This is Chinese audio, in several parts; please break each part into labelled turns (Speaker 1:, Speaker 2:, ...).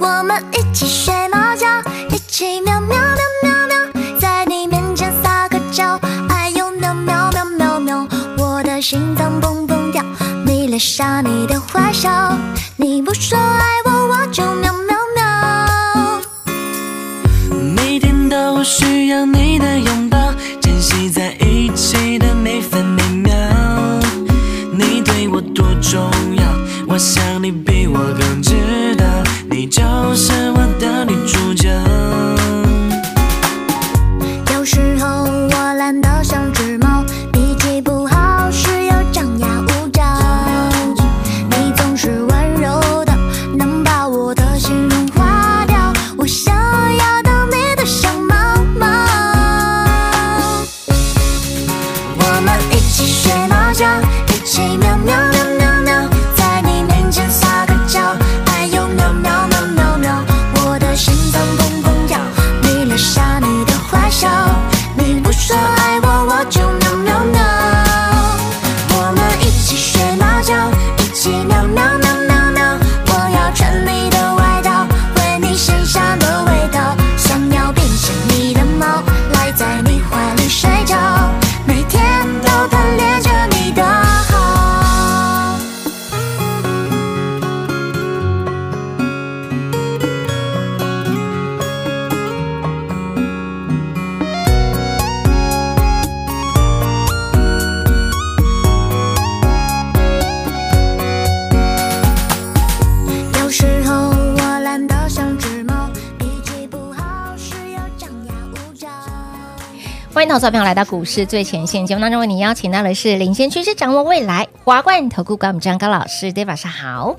Speaker 1: 我们一起睡猫觉，一起喵喵喵喵喵，在你面前撒个娇，哎呦喵喵喵喵喵，我的心脏蹦蹦跳，迷恋上你的坏笑，你不说爱我，我就喵喵喵。
Speaker 2: 每天都需要你的拥抱，珍惜在一起的每分每秒。你对我多重要，我想你比我更知道，你就是我的女主角。
Speaker 1: 有时候我懒得像只猫，脾气不好时又张牙舞爪。你总是温柔的，能把我的心融化掉。我想要当你的小猫猫。我们一起学猫叫，一起喵喵喵喵喵，在你面前撒个娇，哎呦喵喵喵喵喵，我的心脏砰砰跳，迷恋上你的坏笑，你不说爱我，我就喵喵喵。我们一起学猫叫，一起喵喵喵喵喵，我要穿你的外套，闻你身上的味道，想要变成你的猫，赖在你怀里睡觉，每天都贪恋着你的好。有时候我懒得像只猫，脾气不好时又张牙舞爪。
Speaker 3: 欢迎投资者朋友来到股市最前线节目当中，为你邀请到的是领先趋势、掌握未来华冠投顾高敏章高老师，大家晚上好。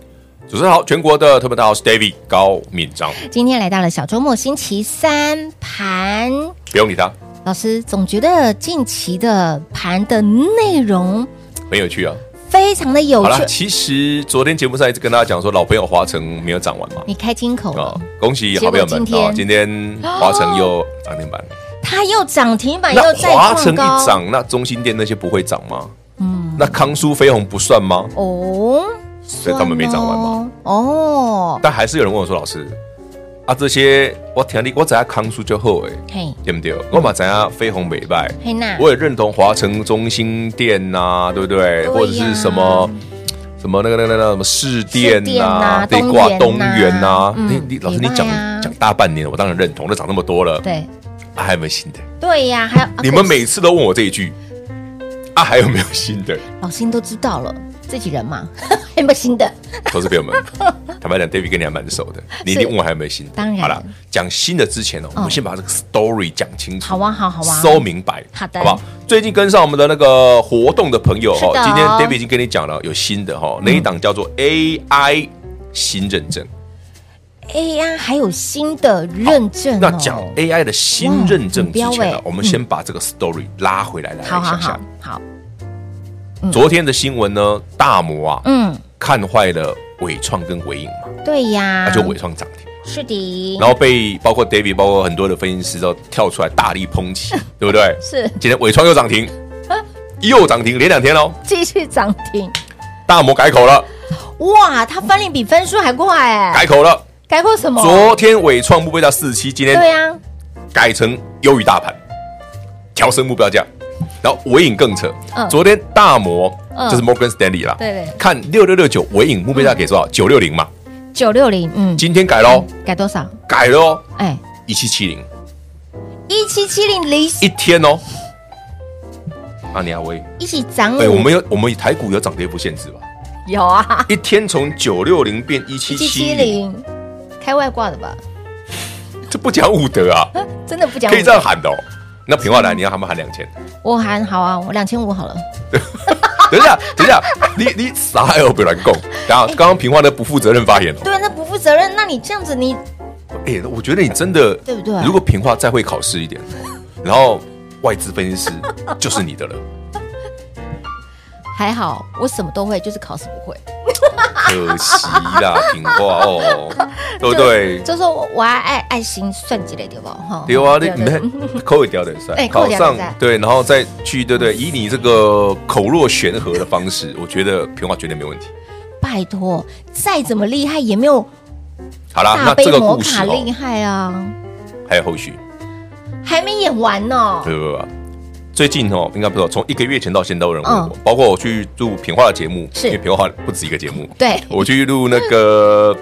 Speaker 4: 主持人好，全国的特别大号是 David 高敏章，
Speaker 3: 今天来到了小周末星期三盘，
Speaker 4: 不用理他，
Speaker 3: 老师总觉得近期的盘的内容
Speaker 4: 很有趣啊。
Speaker 3: 非常的有
Speaker 4: 好啦，
Speaker 3: 趣，
Speaker 4: 其实昨天节目上一直跟大家讲说，老朋友华晨没有涨完嘛，
Speaker 3: 你开金口
Speaker 4: 啊
Speaker 3: 了，，
Speaker 4: 恭喜好朋友们
Speaker 3: 嗯结果
Speaker 4: 啊，
Speaker 3: 今
Speaker 4: 今天华晨又涨 停板，
Speaker 3: 它又涨停板
Speaker 4: 那
Speaker 3: 又再
Speaker 4: 华
Speaker 3: 创
Speaker 4: 晨一
Speaker 3: 高
Speaker 4: 涨，那中心店那些不会涨吗？嗯，那康舒飞鸿不算吗？
Speaker 3: 哦，
Speaker 4: 所以他们没涨完
Speaker 3: 嘛？哦，
Speaker 4: 但还是有人问我说，老师啊，这些我听你，我只要康舒就好哎，
Speaker 3: 嘿，
Speaker 4: 对不对？我嘛怎样飞鸿美败，
Speaker 3: 嘿娜，
Speaker 4: 我也认同华城中心店呐、对不对？
Speaker 3: 呀
Speaker 4: 或者是什么什么那个那个那个什么市电
Speaker 3: 市电啊
Speaker 4: 呐、对挂
Speaker 3: 东
Speaker 4: 东
Speaker 3: 元啊
Speaker 4: 元呐、
Speaker 3: 嗯
Speaker 4: 你你老师
Speaker 3: 礼
Speaker 4: 你
Speaker 3: 拜
Speaker 4: 讲
Speaker 3: 啊
Speaker 4: 讲大半年了，我当然认同，那涨那么多了，
Speaker 3: 对
Speaker 4: 啊、还有没有新的？
Speaker 3: 对呀，还有啊
Speaker 4: 你们每次都问我这一句。啊， 还有没有新的？
Speaker 3: 老师你都知道了，自己人嘛， 还有没有新的？
Speaker 4: 投资朋友 们，坦白讲，David 跟你还蛮熟的，你一定问我还有没有新的。
Speaker 3: 当然
Speaker 4: 好了，讲新的之前呢、哦
Speaker 3: 嗯
Speaker 4: 我们先把这个 story 讲清楚。
Speaker 3: 好啊，好好啊，
Speaker 4: 搜明白，
Speaker 3: 好的
Speaker 4: 好不好？最近跟上我们的那个活动的朋友
Speaker 3: 是的哦嗯
Speaker 4: 今天 David 已经跟你讲了，有新的哈，那一档叫做 AI 新认证。
Speaker 3: AI 哎还有新的认证哦，
Speaker 4: 那讲哎 AI 的新认
Speaker 3: 哇很
Speaker 4: 证之
Speaker 3: 彪
Speaker 4: 前啊
Speaker 3: 欸
Speaker 4: 呢，我们先把这个 story 拉回来来
Speaker 3: 好好
Speaker 4: 想
Speaker 3: 好
Speaker 4: 想。
Speaker 3: 好，
Speaker 4: 昨天的新闻呢，大摩啊
Speaker 3: 嗯，
Speaker 4: 看坏了伟创跟伟影嘛，
Speaker 3: 对呀，
Speaker 4: 那就伟创涨停。
Speaker 3: 是的，
Speaker 4: 然后被包括 David，包括很多的分析师都跳出来大力抨击， 对不对？
Speaker 3: 嗯是啊
Speaker 4: 今天伟创又涨停，又涨停，连两天喽。
Speaker 3: 继续涨停，
Speaker 4: 大摩改口了，
Speaker 3: 哇，它翻脸比分数还快哎，
Speaker 4: 改口了。
Speaker 3: 改过什么？
Speaker 4: 昨天伟创目标价四十七，今天
Speaker 3: 哦对啊呀，
Speaker 4: 改成优于大盘，调升目标价。然后尾影更扯，
Speaker 3: 嗯
Speaker 4: 昨天大摩
Speaker 3: 嗯
Speaker 4: 就是 Morgan Stanley 啦，
Speaker 3: 对嗯对
Speaker 4: 看六六六九尾影目标价给多少？九六零嘛，
Speaker 3: 九六零，嗯，
Speaker 4: 今天改喽，
Speaker 3: 改多少？
Speaker 4: 改了哦，
Speaker 3: 哎，
Speaker 4: 一七七零
Speaker 3: 一七七零离
Speaker 4: 一天哦。啊阿尼亚威，
Speaker 3: 一起涨五，
Speaker 4: 哎，我们有我们台股有涨跌幅限制吧？
Speaker 3: 有啊，
Speaker 4: 一天从九六零变一七
Speaker 3: 一七
Speaker 4: 七
Speaker 3: 七
Speaker 4: 零，
Speaker 3: 零开外挂的吧？呃
Speaker 4: 这不讲武德啊，
Speaker 3: 真的不讲，
Speaker 4: 可以这样喊的哦。那平话来，你要他们喊两千，
Speaker 3: 我喊好啊，我两千五好了，
Speaker 4: 等一下，等一下，你你啥也不乱讲。然
Speaker 3: 哎
Speaker 4: 后刚刚平花的不负责任发言哦。
Speaker 3: 对，啊那不负责任，那你这样子你
Speaker 4: 哎、我觉得你真的
Speaker 3: 对不对
Speaker 4: 如果平花再会考试一点，然后外资分析师 就是你的了。
Speaker 3: 还好，我什么都会，就是考试不会。
Speaker 4: 可惜啦，平花哦，对不对？
Speaker 3: 啊就说我爱爱爱心算计类对吧？哈，
Speaker 4: 丢啊，你
Speaker 3: 对
Speaker 4: 你
Speaker 3: 对
Speaker 4: 们口语掉的
Speaker 3: 哎
Speaker 4: 算，
Speaker 3: 口语
Speaker 4: 考
Speaker 3: 调得
Speaker 4: 上
Speaker 3: 帅
Speaker 4: 对，然后再去对不对？以你这个口若悬河的方式，我觉得平花绝对没问题。
Speaker 3: 拜托，再怎么厉害也没有
Speaker 4: 好啦，
Speaker 3: 大
Speaker 4: 那
Speaker 3: 杯
Speaker 4: 这个
Speaker 3: 摩
Speaker 4: 故事
Speaker 3: 卡厉
Speaker 4: 哦，
Speaker 3: 害啊！
Speaker 4: 还有后续，
Speaker 3: 还没演完呢，
Speaker 4: 对不对？最近哦，应该不知道，从一个月前到现在都有人问我，
Speaker 3: 嗯
Speaker 4: 包括我去录平花的节目，
Speaker 3: 是
Speaker 4: 因为平花不止一个节目，
Speaker 3: 对
Speaker 4: 我去录那 个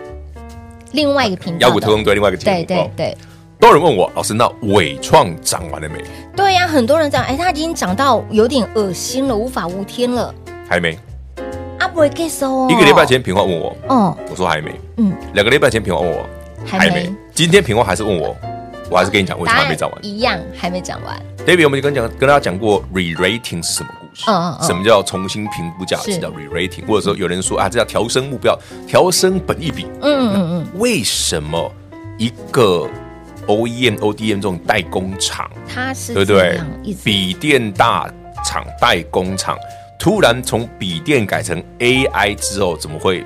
Speaker 3: 另外一个频道
Speaker 4: 腰
Speaker 3: 的
Speaker 4: 鼓特工队另外一个节目，
Speaker 3: 对对
Speaker 4: 哦
Speaker 3: 对
Speaker 4: 都有人问我，老师，那伟创涨完了没？
Speaker 3: 对呀、很多人讲，哎，他已经长到有点恶心了，无法无天了，
Speaker 4: 还没，
Speaker 3: 啊，不会 get 收哦。
Speaker 4: 一个礼拜，前平花问我，
Speaker 3: 哦，
Speaker 4: 我说还没，
Speaker 3: 嗯，
Speaker 4: 两个礼拜前平花问我，
Speaker 3: 还没，
Speaker 4: 今天平花还是问我，我还是跟你讲为什么还没涨完嗯
Speaker 3: 答案。一样还没讲完，
Speaker 4: David，我们就跟讲跟大家讲过 re-rating 是什么故事，
Speaker 3: 嗯嗯嗯
Speaker 4: 什么叫重新评估价值
Speaker 3: 是
Speaker 4: 叫 re-rating，或者说有人说啊，这叫调升目标、调升本益比。
Speaker 3: 嗯嗯嗯，
Speaker 4: 为什么一个 E OEM、ODM 这种代工厂，
Speaker 3: 他是
Speaker 4: 对不
Speaker 3: 这
Speaker 4: 对
Speaker 3: 样一？直
Speaker 4: 笔电大厂代工厂突然从笔电改成 AI 之后，怎么会？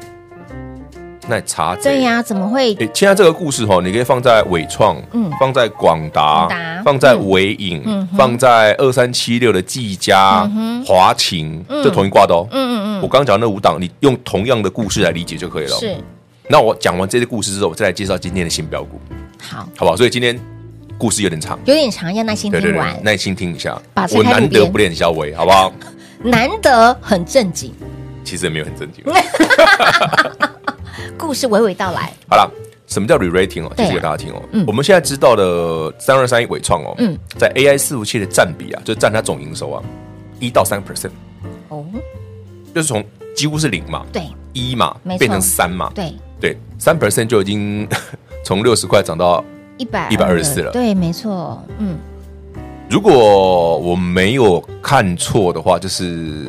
Speaker 4: 那查这
Speaker 3: 对呀、怎么会
Speaker 4: 诶，现在这个故事哦，你可以放在伟创，
Speaker 3: 嗯
Speaker 4: 放在广达
Speaker 3: 广达，
Speaker 4: 放在伟影，
Speaker 3: 嗯
Speaker 4: 放在二三七六的技嘉、华勤，这同一挂的哦。
Speaker 3: 嗯嗯
Speaker 4: 我刚刚讲那五档，你用同样的故事来理解就可以了。
Speaker 3: 嗯，。是
Speaker 4: 那我讲完这些故事之后，我再来介绍今天的新标股，
Speaker 3: 好，
Speaker 4: 好不好？所以今天故事有点长，
Speaker 3: 有点长，要耐心
Speaker 4: 对
Speaker 3: 听
Speaker 4: 对对
Speaker 3: 完，，
Speaker 4: 耐心听一下
Speaker 3: 把。菜
Speaker 4: 我
Speaker 3: 摊
Speaker 4: 难
Speaker 3: 路
Speaker 4: 得
Speaker 3: 边
Speaker 4: 不练肖威，好不好？
Speaker 3: 难得很正经，
Speaker 4: 其实也没有很正经。
Speaker 3: 故事娓娓道来，
Speaker 4: 好啦，什么叫 re-rating 哦？
Speaker 3: 对
Speaker 4: 解
Speaker 3: 啊
Speaker 4: 释给大家听哦。
Speaker 3: 嗯
Speaker 4: 我们现在知道的三二三一伟创哦，
Speaker 3: 嗯
Speaker 4: 在 AI 伺服器的占比啊，就占它总营收啊，一到三 percent，
Speaker 3: 哦，
Speaker 4: 就是从几乎是零嘛，
Speaker 3: 对
Speaker 4: 一嘛
Speaker 3: 没错
Speaker 4: 变成三嘛，
Speaker 3: 对，
Speaker 4: 对，三 percent 就已经 从六十块涨到，
Speaker 3: 一百
Speaker 4: 124了
Speaker 3: 对，没错，嗯，
Speaker 4: 如果我没有看错的话，就是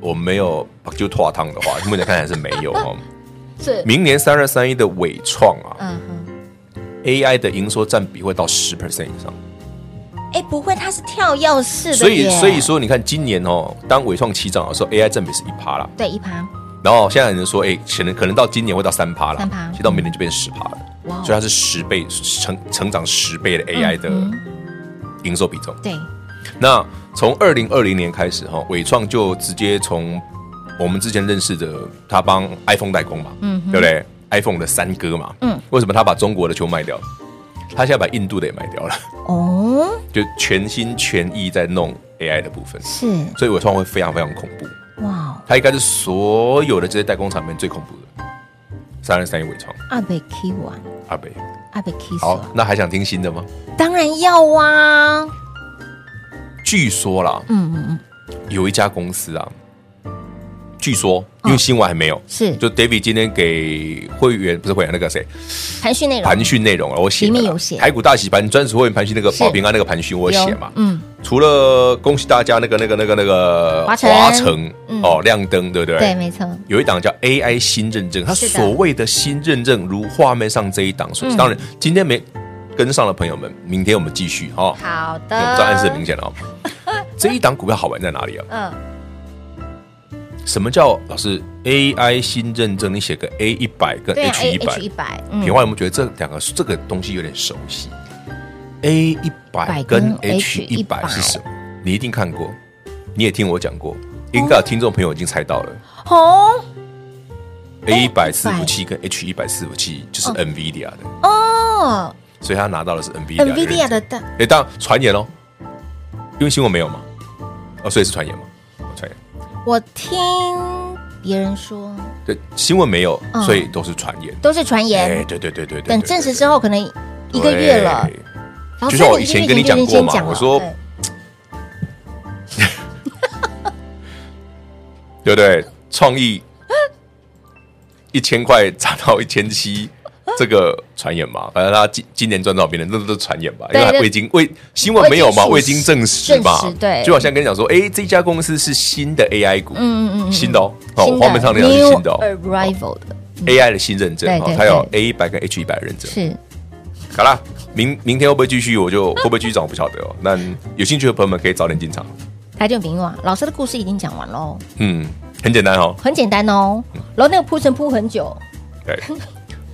Speaker 4: 我没有就拖汤的话，目前看起来是没有哦。
Speaker 3: 是，
Speaker 4: 明年三二三一的伟创啊
Speaker 3: 嗯哼，
Speaker 4: ，AI 的营收占比会到十 percent 以上。
Speaker 3: 哎，不会，它是跳跃式的，
Speaker 4: 所以所以，说，你看今年哦，当伟创起涨的时候，AI 占比是一趴啦，
Speaker 3: 对，一趴，
Speaker 4: 然后现在有人说，哎，可能可能到今年会到三趴啦，
Speaker 3: 3%
Speaker 4: 其实到明年就变十趴了，
Speaker 3: 哇哦
Speaker 4: 所以它是十倍成成长十倍的 AI 的
Speaker 3: 嗯
Speaker 4: 营收比重。
Speaker 3: 对，
Speaker 4: 那从二零二零年开始哈，伟创就直接从我们之前认识的，他帮 iPhone 代工嘛，嗯，对不对？iPhone 的三哥嘛，
Speaker 3: 嗯，
Speaker 4: 为什么他把中国的球卖掉？他现在把印度的也卖掉了，
Speaker 3: 哦，
Speaker 4: 就全心全意在弄 AI 的部分。
Speaker 3: 是，
Speaker 4: 所以伟创会非常非常恐怖，
Speaker 3: 哇，
Speaker 4: 它应该是所有的这些代工厂里面最恐怖的。三二三一伟创
Speaker 3: 二倍 K 完，
Speaker 4: 二倍，
Speaker 3: 二倍 K
Speaker 4: 好
Speaker 3: 完，，
Speaker 4: 那还想听新的吗？
Speaker 3: 当然要啊，
Speaker 4: 据说啦，
Speaker 3: 嗯嗯嗯，
Speaker 4: 有一家公司啊，据说因为新闻还没有，
Speaker 3: 哦是，
Speaker 4: 就 David 今天给会员不是会员那个谁
Speaker 3: 盘讯内容
Speaker 4: 盘讯内容啊，我写的啦
Speaker 3: 里面有写
Speaker 4: 台股大洗盘专属会员盘讯那个
Speaker 3: 是
Speaker 4: 保平安那个盘讯我
Speaker 3: 有
Speaker 4: 写嘛，
Speaker 3: 嗯，
Speaker 4: 除了恭喜大家那个那个那个那个
Speaker 3: 华晨
Speaker 4: 城
Speaker 3: 嗯
Speaker 4: 哦亮灯对不对？
Speaker 3: 对，没错，
Speaker 4: 有一档叫 AI 新认证，它
Speaker 3: 是的嗯
Speaker 4: 所谓的新认证，如画面上这一档，所以当然今天没跟上的朋友们，明天我们继续哦哈。
Speaker 3: 好
Speaker 4: 这
Speaker 3: 的，
Speaker 4: 暗示很明显了哦。这一档股票好玩在哪里啊？
Speaker 3: 嗯，
Speaker 4: 什么叫老师 AI 新认证？你写个 A 一百跟
Speaker 3: 对啊
Speaker 4: H
Speaker 3: ，A
Speaker 4: A，H 一百
Speaker 3: H，一百，
Speaker 4: 平花有没有觉得这两个这个东西有点熟悉？A 一百跟
Speaker 3: 跟
Speaker 4: H 一百
Speaker 3: H100
Speaker 4: 是什么？你一定看过，你也听我讲过，应该有听众朋友已经猜到了。
Speaker 3: 红
Speaker 4: 哦 A 一百伺服器跟 H 一百伺服器就是 NVIDIA 的，
Speaker 3: 哦
Speaker 4: 所以他拿到的是 NVIDIA 的认证。
Speaker 3: ，NVIDIA 的大
Speaker 4: 哎，当然传言哦，因为新闻没有嘛，哦，所以是传言嘛，哦传言
Speaker 3: 我听别人说
Speaker 4: 对，新闻没有
Speaker 3: 嗯，
Speaker 4: 所以都是传言。
Speaker 3: 都是传
Speaker 4: 哎，
Speaker 3: 言，
Speaker 4: 对对对对对，
Speaker 3: 等证实之后可能一
Speaker 4: 对
Speaker 3: 个月了。
Speaker 4: 对
Speaker 3: 老师
Speaker 4: 就像我
Speaker 3: 你
Speaker 4: 以前
Speaker 3: 是不是
Speaker 4: 跟你
Speaker 3: 已经
Speaker 4: 讲过嘛
Speaker 3: 先了
Speaker 4: 我说
Speaker 3: 对
Speaker 4: 对不对？创意一千块涨到一千七，这个传言嘛，反正他今今年赚多少，别人这都是传言吧，因
Speaker 5: 对
Speaker 4: 为他
Speaker 5: 对
Speaker 4: 未经未新闻没有嘛，
Speaker 5: 未
Speaker 4: 未
Speaker 5: 经
Speaker 4: 经
Speaker 5: 属
Speaker 4: 证实嘛
Speaker 5: 证实，对
Speaker 4: 就好像跟你讲说，哎，这家公司是新的 AI 股，
Speaker 5: 嗯嗯嗯嗯
Speaker 4: 新的哦，哦
Speaker 5: 新，的
Speaker 4: 黄本昌那家是
Speaker 5: new
Speaker 4: 新的哦
Speaker 5: arrival 的
Speaker 4: AI 的新认证
Speaker 5: 对
Speaker 4: 哦
Speaker 5: 对，
Speaker 4: 它有 A 一百跟 H 一百认证，
Speaker 5: 是
Speaker 4: 好啦，明明天会不会继续，我就会不会继续涨，我不晓得哦。那有兴趣的朋友们可以早点进场，
Speaker 3: 台就明瓦老师的故事已经讲完喽，
Speaker 4: 嗯，很简单哦，
Speaker 3: 很简单哦。然后那个铺陈铺很久，
Speaker 4: 对，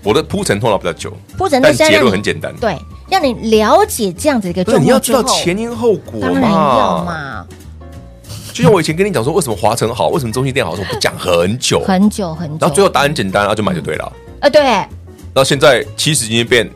Speaker 4: 我的铺陈通常比较久，
Speaker 3: 铺陈
Speaker 4: 但
Speaker 3: 是要
Speaker 4: 结
Speaker 3: 让
Speaker 4: 论
Speaker 3: 你
Speaker 4: 很简单，
Speaker 3: 对，让你了解这样子一个
Speaker 4: 不是
Speaker 3: 状
Speaker 4: 你
Speaker 3: 况
Speaker 4: 要知
Speaker 3: 之后
Speaker 4: 道，前因后果
Speaker 3: 当然要
Speaker 4: 嘛。
Speaker 3: 嘛，
Speaker 4: 就像我以前跟你讲说，为什么华晨好，为什么中信电好，我说我不讲很久，
Speaker 3: 很久很久。
Speaker 4: 然后最后答案简单，然后啊就买就对了。
Speaker 3: 呃，对，
Speaker 4: 然后现在七十已 经变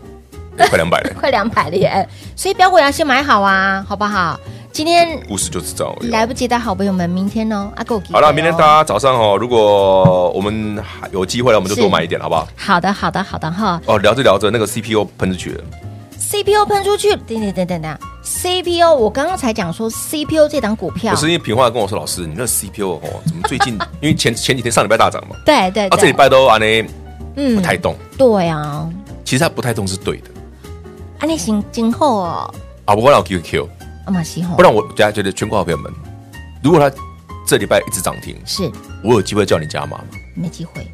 Speaker 4: 哎快两百了，
Speaker 3: 快两百了耶，所以标股要先买好啊，好不好？今天
Speaker 4: 故事就是这样而已哦。
Speaker 3: 来不及的好朋友们，明天哦，阿狗给
Speaker 4: 好了，明天大
Speaker 3: 到。
Speaker 4: 家早上哦，如果我们还有机会了，我们就是多买一点，好不好？
Speaker 3: 好的，好的，好的哈。
Speaker 4: 哦，聊着聊着，那个 CPU 喷出去了，
Speaker 3: CPU 喷出去，等等等等等，CPU 我刚刚才讲说 CPU 这档股票
Speaker 4: 不，是因为平话跟我说，老师，你那 CPU 哦，怎么最 近？因为前前几天上礼拜大涨嘛，
Speaker 3: 对 对
Speaker 4: 啊，这
Speaker 3: 对，
Speaker 4: 礼拜都啊呢
Speaker 3: 嗯
Speaker 4: 不太动。
Speaker 3: 对啊，
Speaker 4: 其实它不太动是对的
Speaker 3: 啊你行今后哦，
Speaker 4: 啊，不过让 QQ，
Speaker 3: 啊马西吼
Speaker 4: 不，然我大家觉得全国好朋友们，如果它这礼拜一直涨停，
Speaker 3: 是
Speaker 4: 我有机会叫你加码吗？
Speaker 3: 没机会，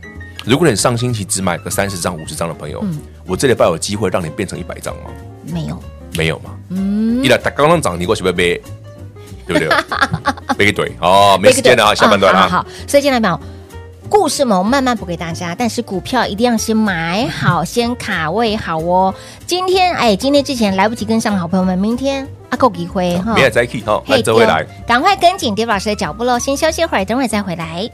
Speaker 4: 如果你上星期只买个三十张、五十张的朋友，
Speaker 3: 嗯
Speaker 4: 我这礼拜有机会让你变成一百张吗？
Speaker 3: 没有，
Speaker 4: 没有嘛。嗯，一来刚刚涨停，我是不是背？对 不对？背一堆哦，没时间了啊，下半段
Speaker 3: 啊好
Speaker 4: 啊。
Speaker 3: 好，好所以进来没有？故事嘛，我慢慢补给大家，但是股票一定要先买好，先卡位好哦。今天哎，今天之前来不及跟上的好朋友们，明天阿够机会哈
Speaker 4: 明，天再 key 哈，
Speaker 3: 嘿
Speaker 4: 慢这回
Speaker 3: 对。
Speaker 4: 来
Speaker 3: 哦赶快跟紧 d a 老师的脚步喽。先休息会儿，等会儿再回来。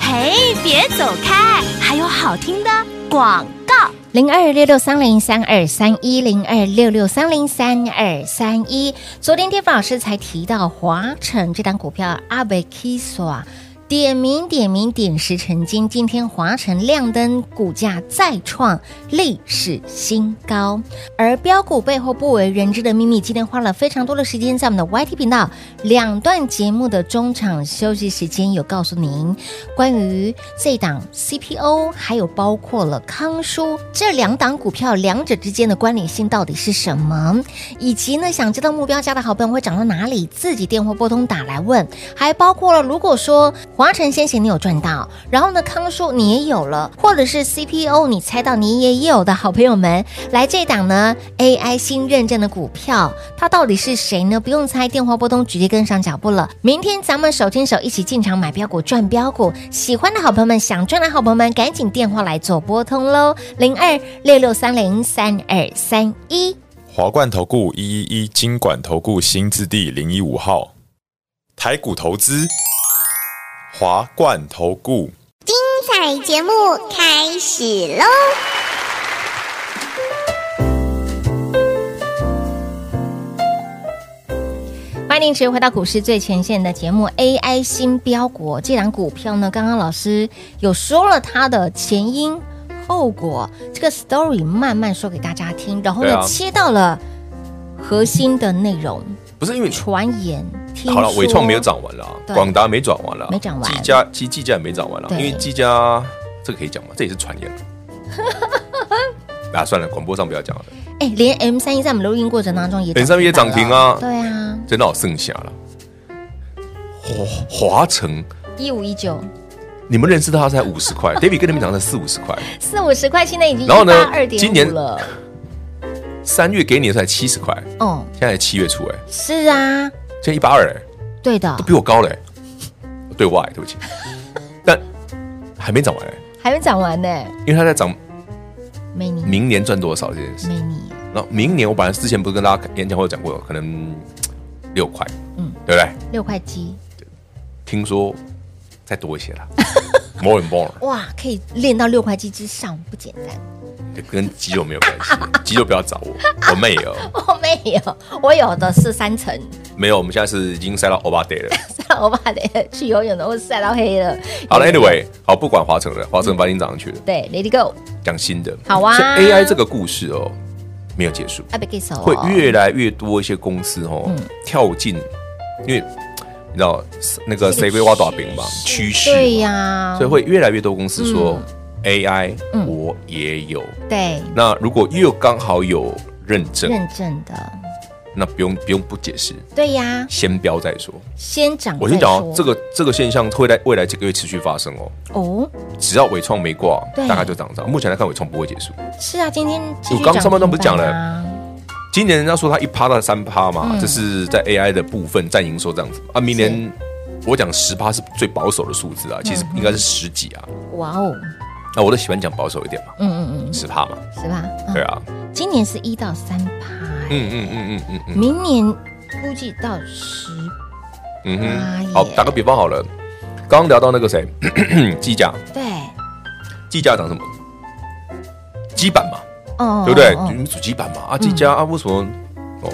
Speaker 1: 嘿，别走开，还有好听的广告。
Speaker 3: 零二六六三零三二三一零二六六三零三二三一。昨天 d 老师才提到华晨这档股票阿贝 Kiswa。点啊名点名点石成金，今天华晨亮灯，股价再创历史新高。而标股背后不为人知的秘密，今天花了非常多的时间在我们的 YT 频道两段节目的中场休息时间，有告诉您关于这档 CPO，还有包括了康舒这两档股票，两者之间的关联性到底是什么？以及呢，想知道目标价的好朋友会涨到哪里，自己电话拨通打来问。还包括了，如果说华晨先行你有赚到，然后呢康舒你也有了，或者是 CPO 你猜到你也有的好朋友们，来这档呢 AI 新认证的股票，它到底是谁呢？不用猜，电话拨通直接跟上脚步了。明天咱们手牵手一起进场买标股赚标股，喜欢的好朋友们，想赚的好朋友们，赶紧电话来做拨通喽，零二六六三零三二三一。
Speaker 6: 华冠投顾一一一金管投顾新字第零一五号，台股投资，华冠投顾。
Speaker 7: 彩节目开始喽！
Speaker 3: 欢迎您持续回到股市最前线的节目 AI 新标股，这档股票呢，刚刚老师有说了它的前因后果，这个 story 慢慢说给大家听，然后呢，
Speaker 4: 对啊
Speaker 3: 切到了核心的内容，
Speaker 4: 不是因为
Speaker 3: 传言听
Speaker 4: 好了，
Speaker 3: 说
Speaker 4: 伟创没有涨完了啊
Speaker 3: 对，
Speaker 4: 广达没涨完了啊，
Speaker 3: 没涨完
Speaker 4: 技嘉其实技嘉也没涨完了啊，
Speaker 3: 对
Speaker 4: 因为技嘉这个可以讲吗？这也是传言。 啊，算了，广播上不要讲了，
Speaker 3: 哎，连 M 三一在我们录音过程当中也
Speaker 4: M31 也涨停啊
Speaker 3: 对啊，
Speaker 4: 真的好剩下了。华华城，
Speaker 3: 一五一九
Speaker 4: 你们认识到它才五十块，David 跟你们讲才四五十块，
Speaker 3: 四五十块，现在已经
Speaker 4: 然后呢
Speaker 3: 二点
Speaker 4: 今年
Speaker 3: 了，
Speaker 4: 三月给你的才七十块，
Speaker 3: 哦，
Speaker 4: 现在七月初哎、
Speaker 3: 是啊，
Speaker 4: 现在一八二哎，
Speaker 3: 对的
Speaker 4: 都，比我高嘞、对外对不起，但还没涨完哎、
Speaker 3: 还没涨完呢，
Speaker 4: 因为它在涨
Speaker 3: 美尼，
Speaker 4: 明年赚多少这件事。
Speaker 3: 美尼，
Speaker 4: 然后明年我本来之前不是跟大家演讲会有讲过，可能六块，
Speaker 3: 嗯
Speaker 4: 嗯，对不对？
Speaker 3: 六块鸡。
Speaker 4: 听说再多一些 啦，more and more，
Speaker 3: 哇，可以练到六块肌之上，不简单。
Speaker 4: 这跟肌肉没有关系，肌肉不要找我，我妹有，
Speaker 3: 我没有，我有的是三层。
Speaker 4: 没有，我们现在是已经塞到欧巴 day 了。
Speaker 3: 算了，我把的去游泳的我晒到黑了。
Speaker 4: 好了，anyway，好，不管华城了，华城把你涨上去了，
Speaker 3: 对，Lady Go，
Speaker 4: 讲新的，
Speaker 3: 好啊
Speaker 4: 所以 AI 这个故事哦，没有结束，
Speaker 3: 阿贝给手
Speaker 4: 会越来越多一些公司哦跳进，因为你知道那个谁规划多少饼嘛，趋势嘛，
Speaker 3: 对呀、
Speaker 4: 所以会越来越多公司说， AI，
Speaker 3: 嗯
Speaker 4: 我也有。
Speaker 3: 对，
Speaker 4: 那如果又刚好有认证，
Speaker 3: 认证的，
Speaker 4: 那不用不用不解释，
Speaker 3: 对呀，
Speaker 4: 先标再说。
Speaker 3: 先涨再说。
Speaker 4: 我先讲哦，这个这个现象会在未来几个月持续发生哦。
Speaker 3: 哦，
Speaker 4: 只要伟创没挂，
Speaker 3: 对
Speaker 4: 大概就涨涨。目前来看，伟创不会结束。
Speaker 3: 是啊，今天继续
Speaker 4: 我刚
Speaker 3: 涨
Speaker 4: 上半段不是
Speaker 3: 停板
Speaker 4: 讲了
Speaker 3: 啊
Speaker 4: 今年人家说它一趴到三趴嘛，
Speaker 3: 嗯
Speaker 4: 这是在 AI 的部分占营收这样子啊。明年我讲十趴是最保守的数字
Speaker 3: 嗯
Speaker 4: 啊，其实应该是十几啊。
Speaker 3: 哇哦，
Speaker 4: 那我都喜欢讲保守一点嘛，
Speaker 3: 嗯嗯嗯，
Speaker 4: 十趴嘛，
Speaker 3: 是吧？嗯
Speaker 4: 对，啊，
Speaker 3: 今年是一到三趴，
Speaker 4: 嗯嗯嗯嗯嗯
Speaker 3: 明年估计到十，
Speaker 4: 嗯
Speaker 3: 妈
Speaker 4: 嗯
Speaker 3: 啊耶
Speaker 4: 哼。好，打个比方好了，刚刚聊到那个谁， 机甲，
Speaker 3: 对，
Speaker 4: 机甲涨什么？基板嘛，
Speaker 3: 哦，
Speaker 4: 对不对
Speaker 3: 哦？
Speaker 4: 你们主机板嘛，啊，技嘉啊，为什么？哦，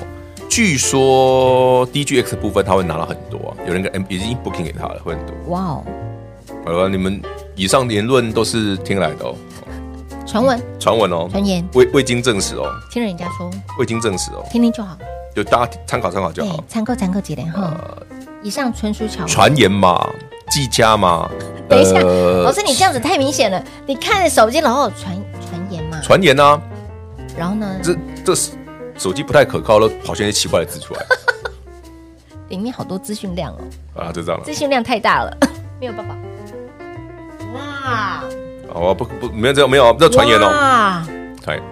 Speaker 4: 据说 DGX 部分他会拿了很多啊，有人跟 M 已经 booking 给他了，会很多。
Speaker 3: 哇哦，
Speaker 4: 好了，你们以上言论都是听来的哦，
Speaker 3: 传闻
Speaker 4: 传闻哦，
Speaker 3: 传言
Speaker 4: 未未经证实哦，
Speaker 3: 听人家说，
Speaker 4: 未经证实哦，
Speaker 3: 听听就好，
Speaker 4: 就大家参考参考就
Speaker 3: 对
Speaker 4: 好，。呃
Speaker 3: 参考参考几点哈。以上纯属巧合。
Speaker 4: 传言嘛，技嘉嘛，
Speaker 3: 等一下，
Speaker 4: 呃
Speaker 3: 老师，你这样子太明显了。你看着手机，然后传传言嘛，
Speaker 4: 传言啊，
Speaker 3: 然后呢，
Speaker 4: 这这手机不太可靠了，跑些奇怪的字 出来
Speaker 3: 里面好多资讯量哦，
Speaker 4: 啊，就这样了
Speaker 3: 资。讯量太大 了，没有办法。哇，
Speaker 4: 哦，不不，没有这没有这传言哦，
Speaker 3: 哇，
Speaker 4: 传言。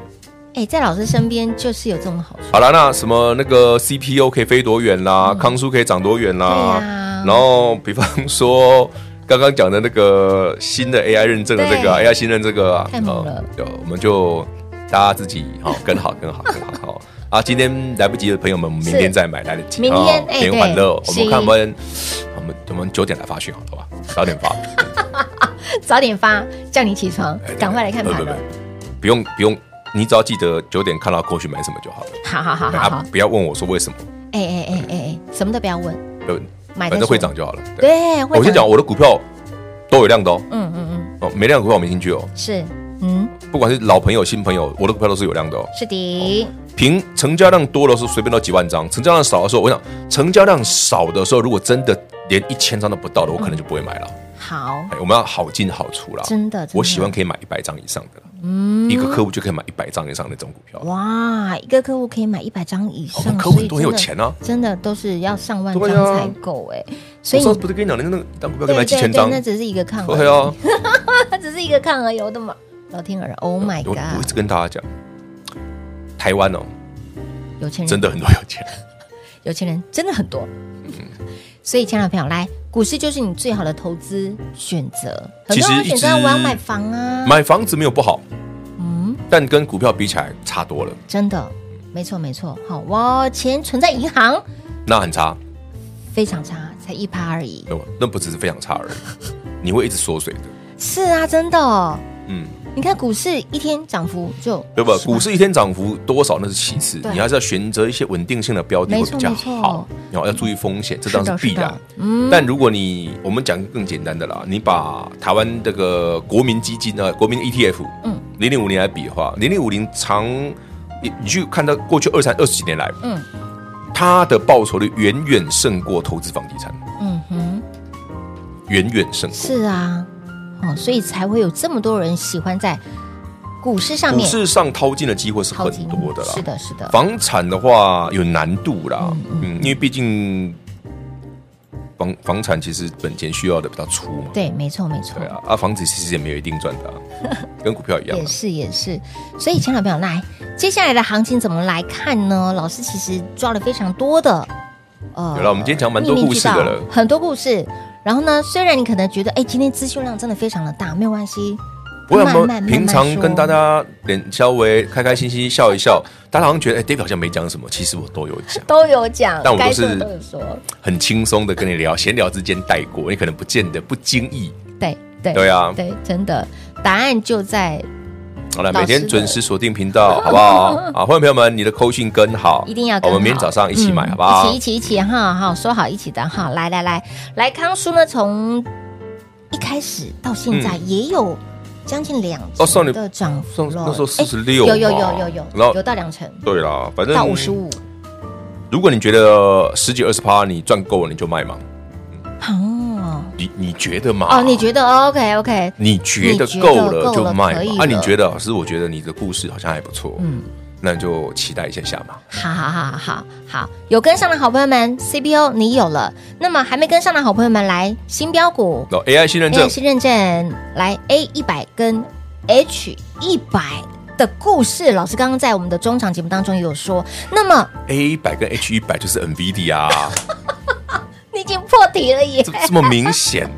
Speaker 3: 哎，在老师身边就是有这种好处。
Speaker 4: 好啦，那什么那个 CPU 可以飞多远啦，康舒可以长多远啦，
Speaker 3: 嗯对呀
Speaker 4: 然后比方说刚刚讲的那个新的 AI 认证的这个啊、
Speaker 3: 对
Speaker 4: AI 新认这个啊，
Speaker 3: 太猛了
Speaker 4: 呃，我们就大家自己 好、跟好跟好跟好好。啊，今天来不及的朋友们，我们明天再买，来得及。
Speaker 3: 明天
Speaker 4: 哦
Speaker 3: 哎
Speaker 4: 免缓乐，我
Speaker 3: 对
Speaker 4: 们
Speaker 3: 是
Speaker 4: 看我们，我们我们九点来发讯好了吧？早点发，
Speaker 3: 早点发，叫你起床
Speaker 4: 哎，
Speaker 3: 赶快来看
Speaker 4: 不
Speaker 3: 盘
Speaker 4: 不不
Speaker 3: 了。，
Speaker 4: 不用不用，你只要记得九点看到过去买什么就好了。
Speaker 3: 好好好好好
Speaker 4: 啊，，不要问我说为什么，
Speaker 3: 哎哎哎哎哎，什么都不要问，
Speaker 4: 对，
Speaker 3: 买
Speaker 4: 嗯反
Speaker 3: 的
Speaker 4: 正会涨就好了。对
Speaker 3: 哎对，会
Speaker 4: 我先
Speaker 3: 涨
Speaker 4: 讲，我的股票都有量的哦，
Speaker 3: 嗯嗯嗯，
Speaker 4: 哦，没量的股票我没兴趣哦，
Speaker 3: 是，嗯，
Speaker 4: 不管是老朋友、新朋友，我的股票都是有量的哦。
Speaker 3: 是的，
Speaker 4: 凭成交量多的时候，随便都几万张；成交量少的时候，我想成交量少的时候，如果真的连一千张都不到的，我可能就不会买了。
Speaker 3: 好，
Speaker 4: 哎，我们要好进好出啦。
Speaker 3: 嗯真的，真的嗯
Speaker 4: 我喜欢可以买一百张以上的啦，一个客户就可以买一百张以上的那种股票。
Speaker 3: 哇，一个客户可以买一百张以
Speaker 4: 我
Speaker 3: 上，
Speaker 4: 们哦客户
Speaker 3: 所以
Speaker 4: 很多很有
Speaker 3: 真的
Speaker 4: 钱啊
Speaker 3: 真的都是要上万
Speaker 4: 对啊
Speaker 3: 张才够哎，所
Speaker 4: 我
Speaker 3: 以
Speaker 4: 上
Speaker 3: 你
Speaker 4: 次不是跟你讲，那个那个当股票可以买
Speaker 3: 对
Speaker 4: 几
Speaker 3: 对
Speaker 4: 千
Speaker 3: 对，
Speaker 4: 张？
Speaker 3: 那只是一个抗而已，
Speaker 4: 对啊，
Speaker 3: 它 只是一个抗而已，我的妈，老天儿，Oh my
Speaker 4: 我我一
Speaker 3: god，
Speaker 4: 直跟大家讲，台湾哦，
Speaker 3: 有钱人
Speaker 4: 真的嗯很多有钱。
Speaker 3: 有钱人真的很多。所以，亲爱的朋友，来，股市就是你最好的投资选择。很
Speaker 4: 其
Speaker 3: 多
Speaker 4: 实
Speaker 3: 人会
Speaker 4: 一
Speaker 3: 选择
Speaker 4: 直
Speaker 3: 我要买房啊，
Speaker 4: 买房子没有不好，但跟股票比起来差多了，
Speaker 3: 真的，没错没错。好，我钱存在银行
Speaker 4: 那很差，
Speaker 3: 非常差，才一趴而已。
Speaker 4: 那那不只是非常差而已，你会一直缩水的，
Speaker 3: 是啊，真的。
Speaker 4: 嗯，
Speaker 3: 你看股市一天涨幅就
Speaker 4: 对吧？
Speaker 3: 10%
Speaker 4: 股市一天涨幅多少那是其次，
Speaker 3: 对
Speaker 4: 你还是要选择一些稳定性的标的
Speaker 3: 没
Speaker 4: 会
Speaker 3: 错
Speaker 4: 比较
Speaker 3: 没
Speaker 4: 好
Speaker 3: 错，
Speaker 4: 然后要注意风险，这
Speaker 3: 是的
Speaker 4: 当然是必
Speaker 3: 是
Speaker 4: 然
Speaker 3: 的。嗯
Speaker 4: 但如果你我们讲更简单的啦，你把台湾这个国民基金啊，国民 ETF，
Speaker 3: 嗯，
Speaker 4: 零零五零来比的话，零零五零长，你你去看到过去二三二十几年来，
Speaker 3: 嗯，
Speaker 4: 它的报酬率远远胜过投资房地产。
Speaker 3: 嗯哼，
Speaker 4: 远远胜过。
Speaker 3: 是啊，哦，所以才会有这么多人喜欢在股市上
Speaker 4: 股
Speaker 3: 面
Speaker 4: 市上掏金的机会是
Speaker 3: 淘
Speaker 4: 很
Speaker 3: 金
Speaker 4: 多的啦，
Speaker 3: 是。的，是的，
Speaker 4: 房产的话有难度啦，嗯，因为毕竟房房产其实本钱需要的比较粗嘛，
Speaker 3: 对，没错，没错
Speaker 4: 对。啊，啊房子其实也没有一定赚 的啊，跟股票一样
Speaker 3: 也
Speaker 4: 啊。
Speaker 3: 是也是，所以，亲爱的朋友，来接下来的行情怎么来看呢？老师其实抓了非常多的，呃
Speaker 4: 有了我们今天讲蛮多
Speaker 3: 面面
Speaker 4: 故
Speaker 3: 俱
Speaker 4: 事的
Speaker 3: 到
Speaker 4: 了
Speaker 3: 很多故事。然后呢，虽然你可能觉得，哎，今天资讯量真的非常的大，没有关系，
Speaker 4: 不过
Speaker 3: 慢
Speaker 4: 我
Speaker 3: 慢
Speaker 4: 们平
Speaker 3: 慢
Speaker 4: 常
Speaker 3: 慢
Speaker 4: 跟大
Speaker 3: 说
Speaker 4: 家脸稍微开开心心笑一笑，大家好像觉得哎，David 好像没讲什么，其实我都有 讲，
Speaker 3: 都有讲，
Speaker 4: 但我
Speaker 3: 该
Speaker 4: 都
Speaker 3: 说
Speaker 4: 是
Speaker 3: 的都有说，
Speaker 4: 很轻松的跟你聊，闲聊之间带过，你可能不见得不经意。
Speaker 3: 对对
Speaker 4: 对啊
Speaker 3: 对，真的答案就在，
Speaker 4: 好了，
Speaker 3: 老
Speaker 4: 每
Speaker 3: 师
Speaker 4: 天
Speaker 3: 的
Speaker 4: 准时锁定频道，好不好？ 啊，欢迎朋友们，你的扣讯跟好，
Speaker 3: 一定要
Speaker 4: 我
Speaker 3: 跟
Speaker 4: 们明天
Speaker 3: 好
Speaker 4: 早上一起买，
Speaker 3: 嗯
Speaker 4: 好不好？
Speaker 3: 一起一起一起哈，好说好一起的哈，来来来来，康叔呢从一开始到现在也有将近两
Speaker 4: 嗯哦上
Speaker 3: 成
Speaker 4: 礼
Speaker 3: 的涨幅
Speaker 4: 上
Speaker 3: 了，
Speaker 4: 那时候
Speaker 3: 哎
Speaker 4: 46
Speaker 3: 有有
Speaker 4: 嘛
Speaker 3: 有有有
Speaker 4: 然后
Speaker 3: 有到两成
Speaker 4: 对啦，反正
Speaker 3: 到五十。五，
Speaker 4: 如果你觉得十几二十趴你赚够了，你就卖嘛。
Speaker 3: 哦，
Speaker 4: 你你觉得嘛？
Speaker 3: 哦，你觉得 OK OK？
Speaker 4: 你觉得够了就卖
Speaker 3: 可以
Speaker 4: 嘛？
Speaker 3: 了
Speaker 4: 啊，你觉得老师？我觉得你的故事好像还不错，嗯，那就期待一下下嘛。
Speaker 3: 好好好好好，有跟上的好朋友们，CPU 你有了，那么还没跟上的好朋友们来新标股
Speaker 4: 那 AI 新认证
Speaker 3: A 是认证来 A 一百跟 H 一百的故事，老师刚刚在我们的中场节目当中也有说，那么
Speaker 4: A 一百跟 H 一百就是 NVIDIA，啊
Speaker 3: 你已经破题了耶
Speaker 4: 这。这么 明显，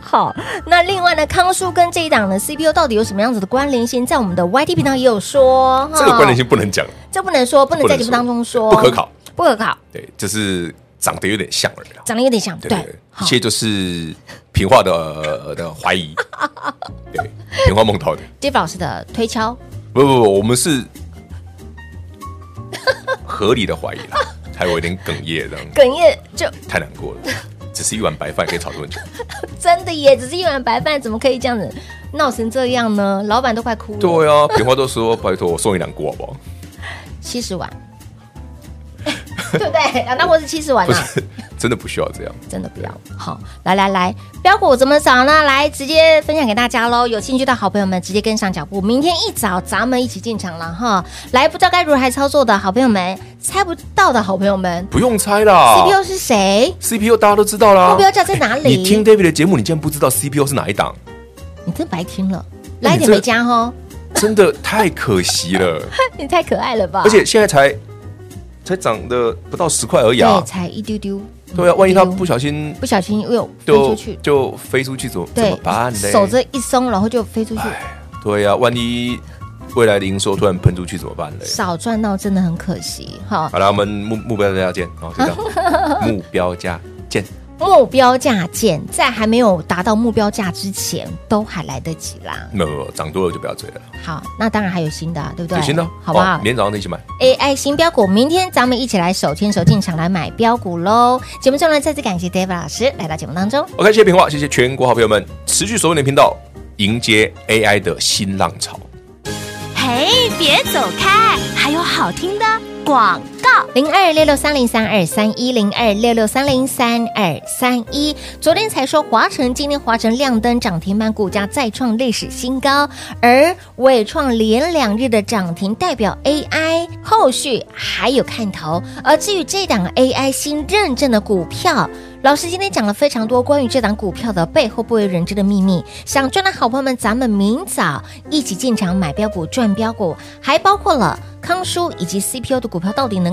Speaker 3: 好，那另外呢，康叔跟这一档的 CPU 到底有什么样子的关联性，在我们的 YT 频道也有说，
Speaker 4: 这个关联性不能讲，
Speaker 3: 这不能说，哦不能
Speaker 4: 不能
Speaker 3: 在节目当中说，
Speaker 4: 不可考，
Speaker 3: 不可考，
Speaker 4: 对，就是长得有点像而已啊。
Speaker 3: 长得有点像，对，
Speaker 4: 一
Speaker 3: 好，
Speaker 4: 切就是平话的呃的怀疑， 对，平话梦到的，
Speaker 3: Jeff 老师的推敲，
Speaker 4: 不不不，我们是合理的怀疑啦， 还有有点哽咽这样，
Speaker 3: 哽咽就
Speaker 4: 太难过了，只是一碗白饭可以吵这 么久，
Speaker 3: 真的耶，只是一碗白饭，怎么可以这样子闹成这样呢？老板都快哭了，
Speaker 4: 对啊，平话都说拜托我送你两锅好不好？
Speaker 3: 七十 碗，对不对？两大锅是七十碗
Speaker 4: 不
Speaker 3: 呐、
Speaker 4: 是，真的不需要这样，
Speaker 3: 真的不要。好，来来来，标股怎么涨呢？来，直接分享给大家喽！有兴趣的好朋友们，直接跟上脚步，明天一早咱们一起进场了哈！来，不知道该如何操作的好朋友们，猜不到的好朋友们、
Speaker 4: 不用猜啦
Speaker 3: c p u 是谁？
Speaker 4: CPU 大家都知道啦，
Speaker 3: 目标价在哪里
Speaker 4: 你听 David 的节目，你竟然不知道 CPU 是哪一档，
Speaker 3: 你真白听了，
Speaker 4: 那
Speaker 3: 来
Speaker 4: 哎你
Speaker 3: 点
Speaker 4: 这
Speaker 3: 没加 哦！
Speaker 4: 真的太可惜 了。
Speaker 3: 你太可爱了吧！
Speaker 4: 而且现在才才涨的不到十块而已啊
Speaker 3: 对，。才一丢丢。
Speaker 4: 对啊，
Speaker 3: 嗯
Speaker 4: 万一
Speaker 3: 一
Speaker 4: 它
Speaker 3: 丢丢
Speaker 4: 不小心
Speaker 3: 不小心又飞
Speaker 4: 就
Speaker 3: 出去，
Speaker 4: 就飞出去怎么怎
Speaker 3: 对
Speaker 4: 么办，呢？
Speaker 3: 手这一松，然后就飞出去，
Speaker 4: 对呀、万一未来的营收突然喷出去怎么办呢？
Speaker 3: 少赚到真的很可惜哈。
Speaker 4: 好了，我们目目标价见，哦好、就这 样，目标价见。
Speaker 3: 目标价减，在还没有达到目标价之前，都还来得及啦。
Speaker 4: 那涨多了就不要追了，
Speaker 3: 好，那当然还有新的啊，对不对？
Speaker 4: 有新的
Speaker 3: 好不好
Speaker 4: 哦明天早上一起买。
Speaker 3: ？AI 新标股，明天咱们一起来手牵手进场来买标股喽。节目中呢，再次感谢 David 老师来到节目当中。
Speaker 4: OK，谢谢平话，谢谢全国好朋友们持续锁定你的频道，迎接 AI 的新浪潮。
Speaker 1: 嘿，别走开，还有好听的广告。
Speaker 3: 零二六六三零三二三一零二六六三零三二三一。昨天才说华晨，今天华晨亮灯涨停板，股价再创历史新高，而伟创连两日的涨停，代表 AI 后续还有看头。而至于这档 AI 新认证的股票，老师今天讲了非常多关于这档股票的背后不为人知的秘密。想赚的好朋友们，咱们明早一起进场买标股赚标股，还包括了康叔以及 CPU 的股票到底能